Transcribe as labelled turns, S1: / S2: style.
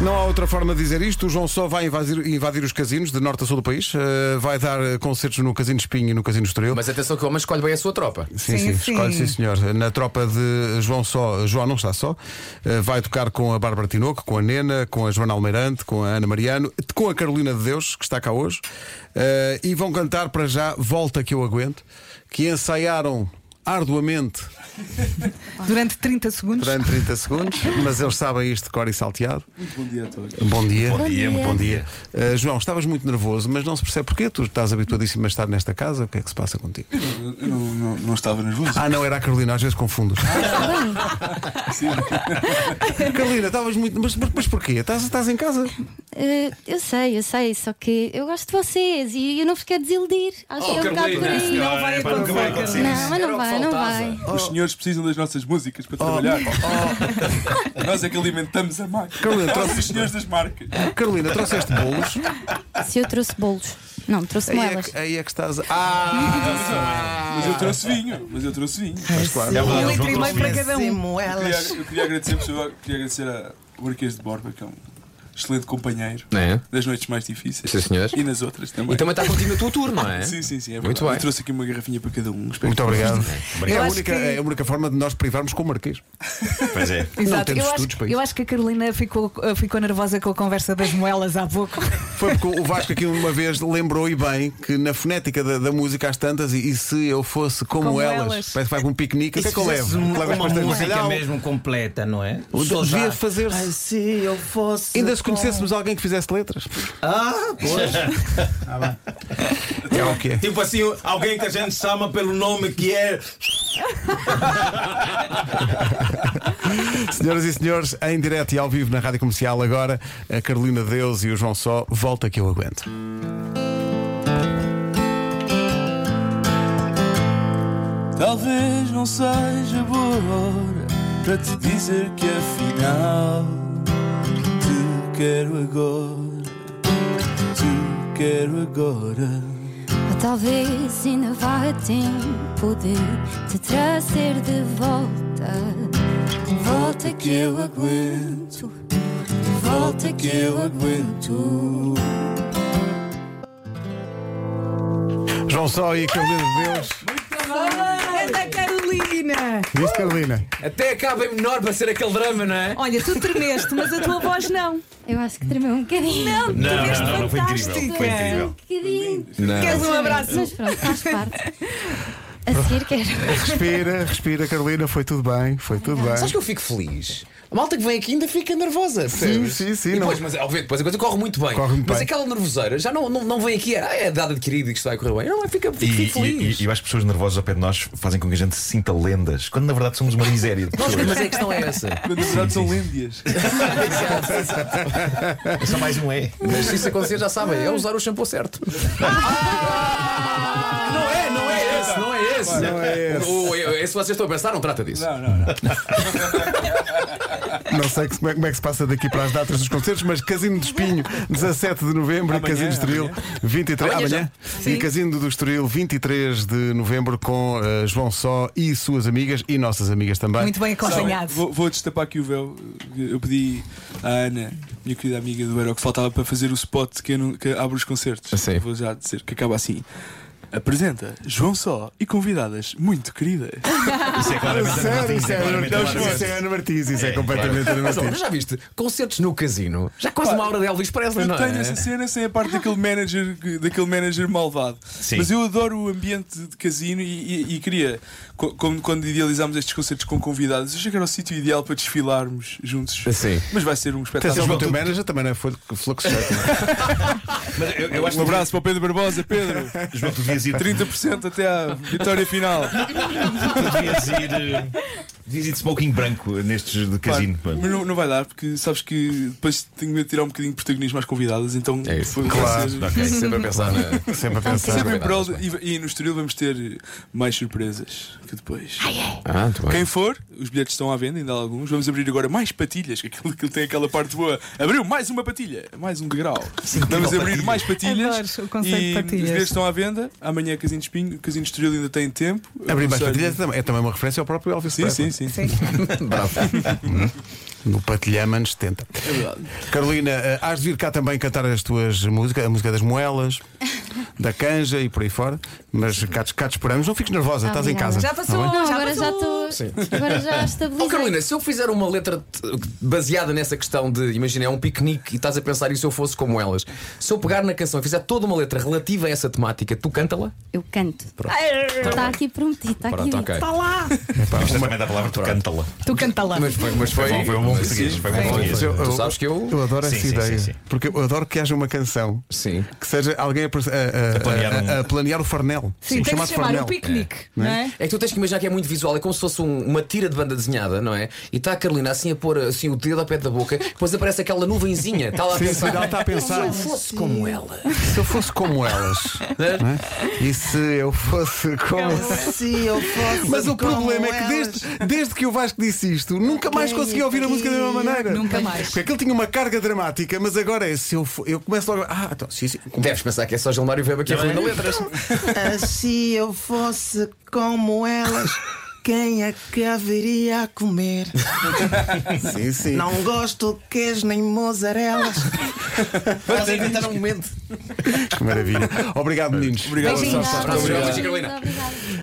S1: Não há outra forma de dizer isto. O João só vai invadir, invadir os casinos de norte a sul do país. Eh, vai dar eh, concertos no Casino Espinho e no Casino Estoril.
S2: Mas atenção que o homem escolhe bem a sua tropa.
S1: Sim, sim,
S3: Sim, sim.
S1: escolhe sim, senhor. Na tropa de João só, João não está só. Eh, Vai tocar com a Bárbara Tinoco, com a Nena, com a Joana Almeirante, com a Ana Mariano, com a Carolina de Deus, que está cá hoje. Eh, E vão cantar para já Volta que eu aguento, que ensaiaram arduamente
S3: Durante 30 segundos.
S1: durante 30 segundos, mas eles sabem isto de cor e salteado.
S4: Bom dia a todos.
S1: Bom dia.
S4: Bom dia, muito bom dia.
S1: Eh, João, estavas muito nervoso, mas não se percebe porquê. Tu estás habituadíssimo a estar nesta casa. O que é que se passa contigo?
S4: Eu eu não, não, não estava nervoso.
S1: Ah, não, era a Carolina, às vezes confundo.
S4: Sim.
S1: Carolina, estavas muito. Mas, mas, mas porquê? Estás, estás em casa?
S5: Eh, eu sei, eu sei, só que eu gosto de vocês e eu não vos quero desiludir. Acho que é um bocado por aí.
S3: Não vai acontecer.
S5: Não, mas
S2: Era o que
S5: não vai, não
S2: faltava.
S5: vai.
S1: Oh.
S4: Os senhores precisam das nossas músicas para trabalhar. Nós é que alimentamos a marca.
S1: Carolina,
S4: Nós
S1: Oh. trouxe-
S4: os senhores das marcas.
S1: Carolina, trouxeste bolos?
S5: Se eu trouxe bolos. Não, trouxe
S1: Aí é,
S5: moelas.
S1: que- aí é que estás. Ah!
S4: Mas eu trouxe vinho. Mas eu trouxe vinho.
S1: É,
S3: Um litro e meio para cada um.
S4: Eu queria, eu queria agradecer, pessoal, queria agradecer ao Marquês de Borba, que é um excelente companheiro
S2: É.
S4: das noites mais difíceis.
S2: Sim, senhor.
S4: E nas outras também.
S2: E também está contigo no teu turno, não é?
S4: Sim, sim, sim. É
S2: Muito
S4: verdade.
S2: bem.
S4: Eu trouxe aqui uma garrafinha para cada um. Espero
S1: Muito
S4: que-
S1: obrigado. É a,
S3: Eu acho
S1: única,
S3: que-
S1: é a única forma de nós privarmos com o Marquês.
S6: Pois é.
S3: Exato.
S1: temos
S3: eu, acho,
S1: estudos para
S3: eu
S1: isso.
S3: acho que a Carolina ficou, eh, ficou nervosa com a conversa das moelas há pouco.
S1: Foi porque o Vasco aqui uma vez lembrou e bem que na fonética da, da música às tantas, e, e se eu fosse como,
S3: Como
S1: elas,
S3: elas.
S1: parece que vai para um piquenique, o que é que eu levo?
S6: Uma,
S1: Levo as
S6: um- uma
S1: pastéis de
S6: música
S1: bacalhau?
S6: mesmo completa, não é?
S1: O
S6: Só
S1: devia
S6: já.
S1: fazer-se.
S6: Ai, se eu fosse.
S1: Ainda se
S6: com-
S1: conhecêssemos alguém que fizesse letras.
S6: Ah, pois. Ah,
S1: É o que é.
S6: tipo assim, alguém que a gente chama pelo nome que é.
S1: Senhoras e senhores, em direto e ao vivo na Rádio Comercial agora, a Carolina Deus e o João Só, volta que eu aguento.
S4: Talvez não seja boa hora para te dizer que afinal te quero agora, te quero agora.
S5: Ou Ah, talvez ainda vá a tempo de te trazer de volta. Volta que eu aguento. Volta que eu aguento.
S1: João Só e a Carolina Deus.
S3: Anda, é Carolina!
S1: Diz Carolina.
S2: Até acaba em menor para ser aquele drama, não é?
S3: Olha, tu tremeste, mas a tua voz não.
S5: Eu acho que tremeu um bocadinho. Não,
S6: Não,
S3: Tiveste fantástica.
S5: Um bocadinho.
S3: Queres um abraço?
S5: Mas pronto, faz parte. A seguir quero.
S1: Respira, respira, Carolina, foi tudo bem, foi tudo bem.
S2: Sabes que eu fico feliz? A malta que vem aqui ainda fica nervosa, percebes?
S1: sim, sim,
S2: E
S1: não-
S2: Depois, mas ao ver depois a coisa corre muito bem.
S1: Corre muito
S2: mas
S1: bem.
S2: aquela nervoseira já não, não, não vem aqui, ah, é dado adquirido e que isto vai correr bem. Não, eu fico,
S6: E,
S2: fico,
S6: e,
S2: fico feliz.
S6: e- e eu acho que pessoas nervosas ao pé de nós fazem com que a gente se sinta lendas, quando na verdade somos uma miséria de
S2: Nós,
S6: pessoas.
S2: mas a questão é essa.
S4: Quando na verdade são lêndias.
S6: É Só mais um é.
S2: Mas se isso acontecer, já sabem, é usar o shampoo certo. não é, não é esse, não é esse.
S1: Não é esse.
S2: O- o- esse vocês estão a pensar, não trata disso.
S4: Não, não, não.
S1: Não sei que- como é, como é que se passa daqui para as datas dos concertos, mas Casino do Espinho, 17 de novembro,
S4: Amanhã,
S1: Casino do Estoril, 23
S2: Amanhã já.
S1: amanhã, e Casino do Estoril, 23 de novembro, com eh, João Só e suas amigas e nossas amigas também.
S3: Muito bem
S4: Sabem,
S3: acompanhado.
S4: Vou, vou destapar aqui o véu. Eu pedi à Ana, minha querida amiga do Euro, que faltava para fazer o spot que, anu- que abre os concertos.
S2: Sim.
S4: Vou já dizer que acaba assim. Apresenta João Só e convidadas muito queridas.
S6: Isso é claramente Ana
S1: Sério,
S6: Martins,
S1: isso é Ana
S6: claramente Ana
S1: Martins,
S6: Martins.
S1: isso é Ana Martins, isso é completamente Ana
S2: Mas, olha,
S1: Martins.
S2: já viste? Concertos no casino, já quase uma hora de Elvis Presley,
S4: Eu
S2: não é?
S4: tenho essa cena sem a parte daquele manager, daquele manager malvado.
S6: Sim.
S4: Mas eu adoro o ambiente de casino e, e- e queria, co- como quando idealizámos estes concertos com convidados, eu achei que era o sítio ideal para desfilarmos juntos.
S2: Sim.
S4: Mas vai ser um espetáculo.
S1: Atenção, o teu manager também não é fo- fluxo certo.
S6: Mas eu, eu acho
S4: Um
S6: que
S4: abraço para o Pedro Barbosa, Pedro.
S6: João, tu devias ir
S4: 30% até à vitória final.
S6: Tu devias ir. eh, Devias ir de smoking branco nestes de casino.
S4: Pá, Mas não, não vai dar, porque sabes que depois tenho medo de tirar um bocadinho de protagonismo às convidadas, então
S2: É isso.
S4: foi- vai
S1: Claro,
S4: ser-
S6: Ok.
S2: Sempre a pensar na.
S1: Sempre a pensar.
S4: Sempre em prol de- e, e no Estoril vamos ter mais surpresas que depois.
S2: Ah, muito
S4: Quem for, os bilhetes estão à venda, ainda há alguns. Vamos abrir agora mais patilhas, que aquilo que tem aquela parte boa. Abriu mais uma patilha, mais um degrau. Vamos abrir mais patilhas.
S3: Adoro o conceito de
S4: e
S3: patilhas.
S4: Os bilhetes estão à venda. Amanhã Casino de Espinho, Casino de Estoril ainda tem tempo.
S1: Abrir mais
S4: Aconselho-
S1: partilhas é também- é também uma referência ao próprio Elvis
S4: Sim,
S1: Presley.
S4: sim, sim.
S3: Sim.
S2: Bravo.
S1: No Patilhama anos 70.
S6: É
S1: Carolina, eh, has de vir cá também cantar as tuas músicas, a música das moelas, da canja e por aí fora. Mas cá, te- cá te esperamos. Não fiques nervosa, estás em
S5: Obrigada.
S1: casa.
S3: Já passou,
S1: tá bem?
S5: Não,
S3: já
S5: agora já
S3: passou.
S5: estou. Agora já estabilizei.
S2: Ó Carolina, se eu fizer uma letra t- baseada nessa questão de, imagina, é um piquenique e estás a pensar e se eu fosse como elas, se eu pegar na canção e fizer toda uma letra relativa a essa temática, tu canta-la?
S5: Eu canto. Está aqui prometido, está aqui.
S2: Pronto, ok.
S5: dito.
S3: Está lá.
S6: Isto é também dá a palavra, tu canta-la.
S3: Tu canta lá.
S2: Mas foi, mas foi.
S6: Bom, Foi um bom português. Foi um bom português.
S1: Mas eu- eu-
S2: Tu sabes que eu.
S1: Eu adoro
S6: Sim,
S1: essa
S6: sim,
S1: ideia.
S6: sim, sim.
S1: Porque eu adoro que haja uma canção
S2: Sim.
S1: que seja alguém a, a- a-
S6: A planear um-
S1: a- a planear o farnel.
S3: Sim, tem que
S1: chamado
S3: se chamar um piquenique, não é?
S2: É que tu tens que imaginar que é muito visual, é como se fosse um- uma tira de banda desenhada, não é? E está a Carolina assim a pôr assim, o dedo ao pé da boca, depois aparece aquela nuvenzinha, está lá a
S1: Sim, sim, ela tá- está
S2: pensar.
S1: a pensar.
S2: Se eu fosse como ela.
S1: Se eu fosse como elas. não é? E se eu fosse como.
S7: Se eu fosse.
S1: Mas o
S7: como
S1: problema é que
S7: elas.
S1: desde, desde que o Vasco disse isto, nunca mais consegui ouvir a música da mesma maneira.
S3: Nunca mais.
S1: Porque aquilo tinha uma carga dramática, mas agora é se eu for, eu começo logo. a- Ah, então, sim, sim.
S2: Deves pensar que é só Gilmário Weber que é ruim na letras.
S7: Ah, Se eu fosse como elas, quem é que haveria a comer?
S1: Sim, sim.
S7: Não gosto de queijo nem mozarelas.
S2: Estás a inventar um momento.
S1: Que maravilha. Obrigado, meninos.
S4: Obrigado.
S5: Beijinhos.
S2: Obrigado,
S5: Obrigada.
S2: Carolina.
S5: Obrigada.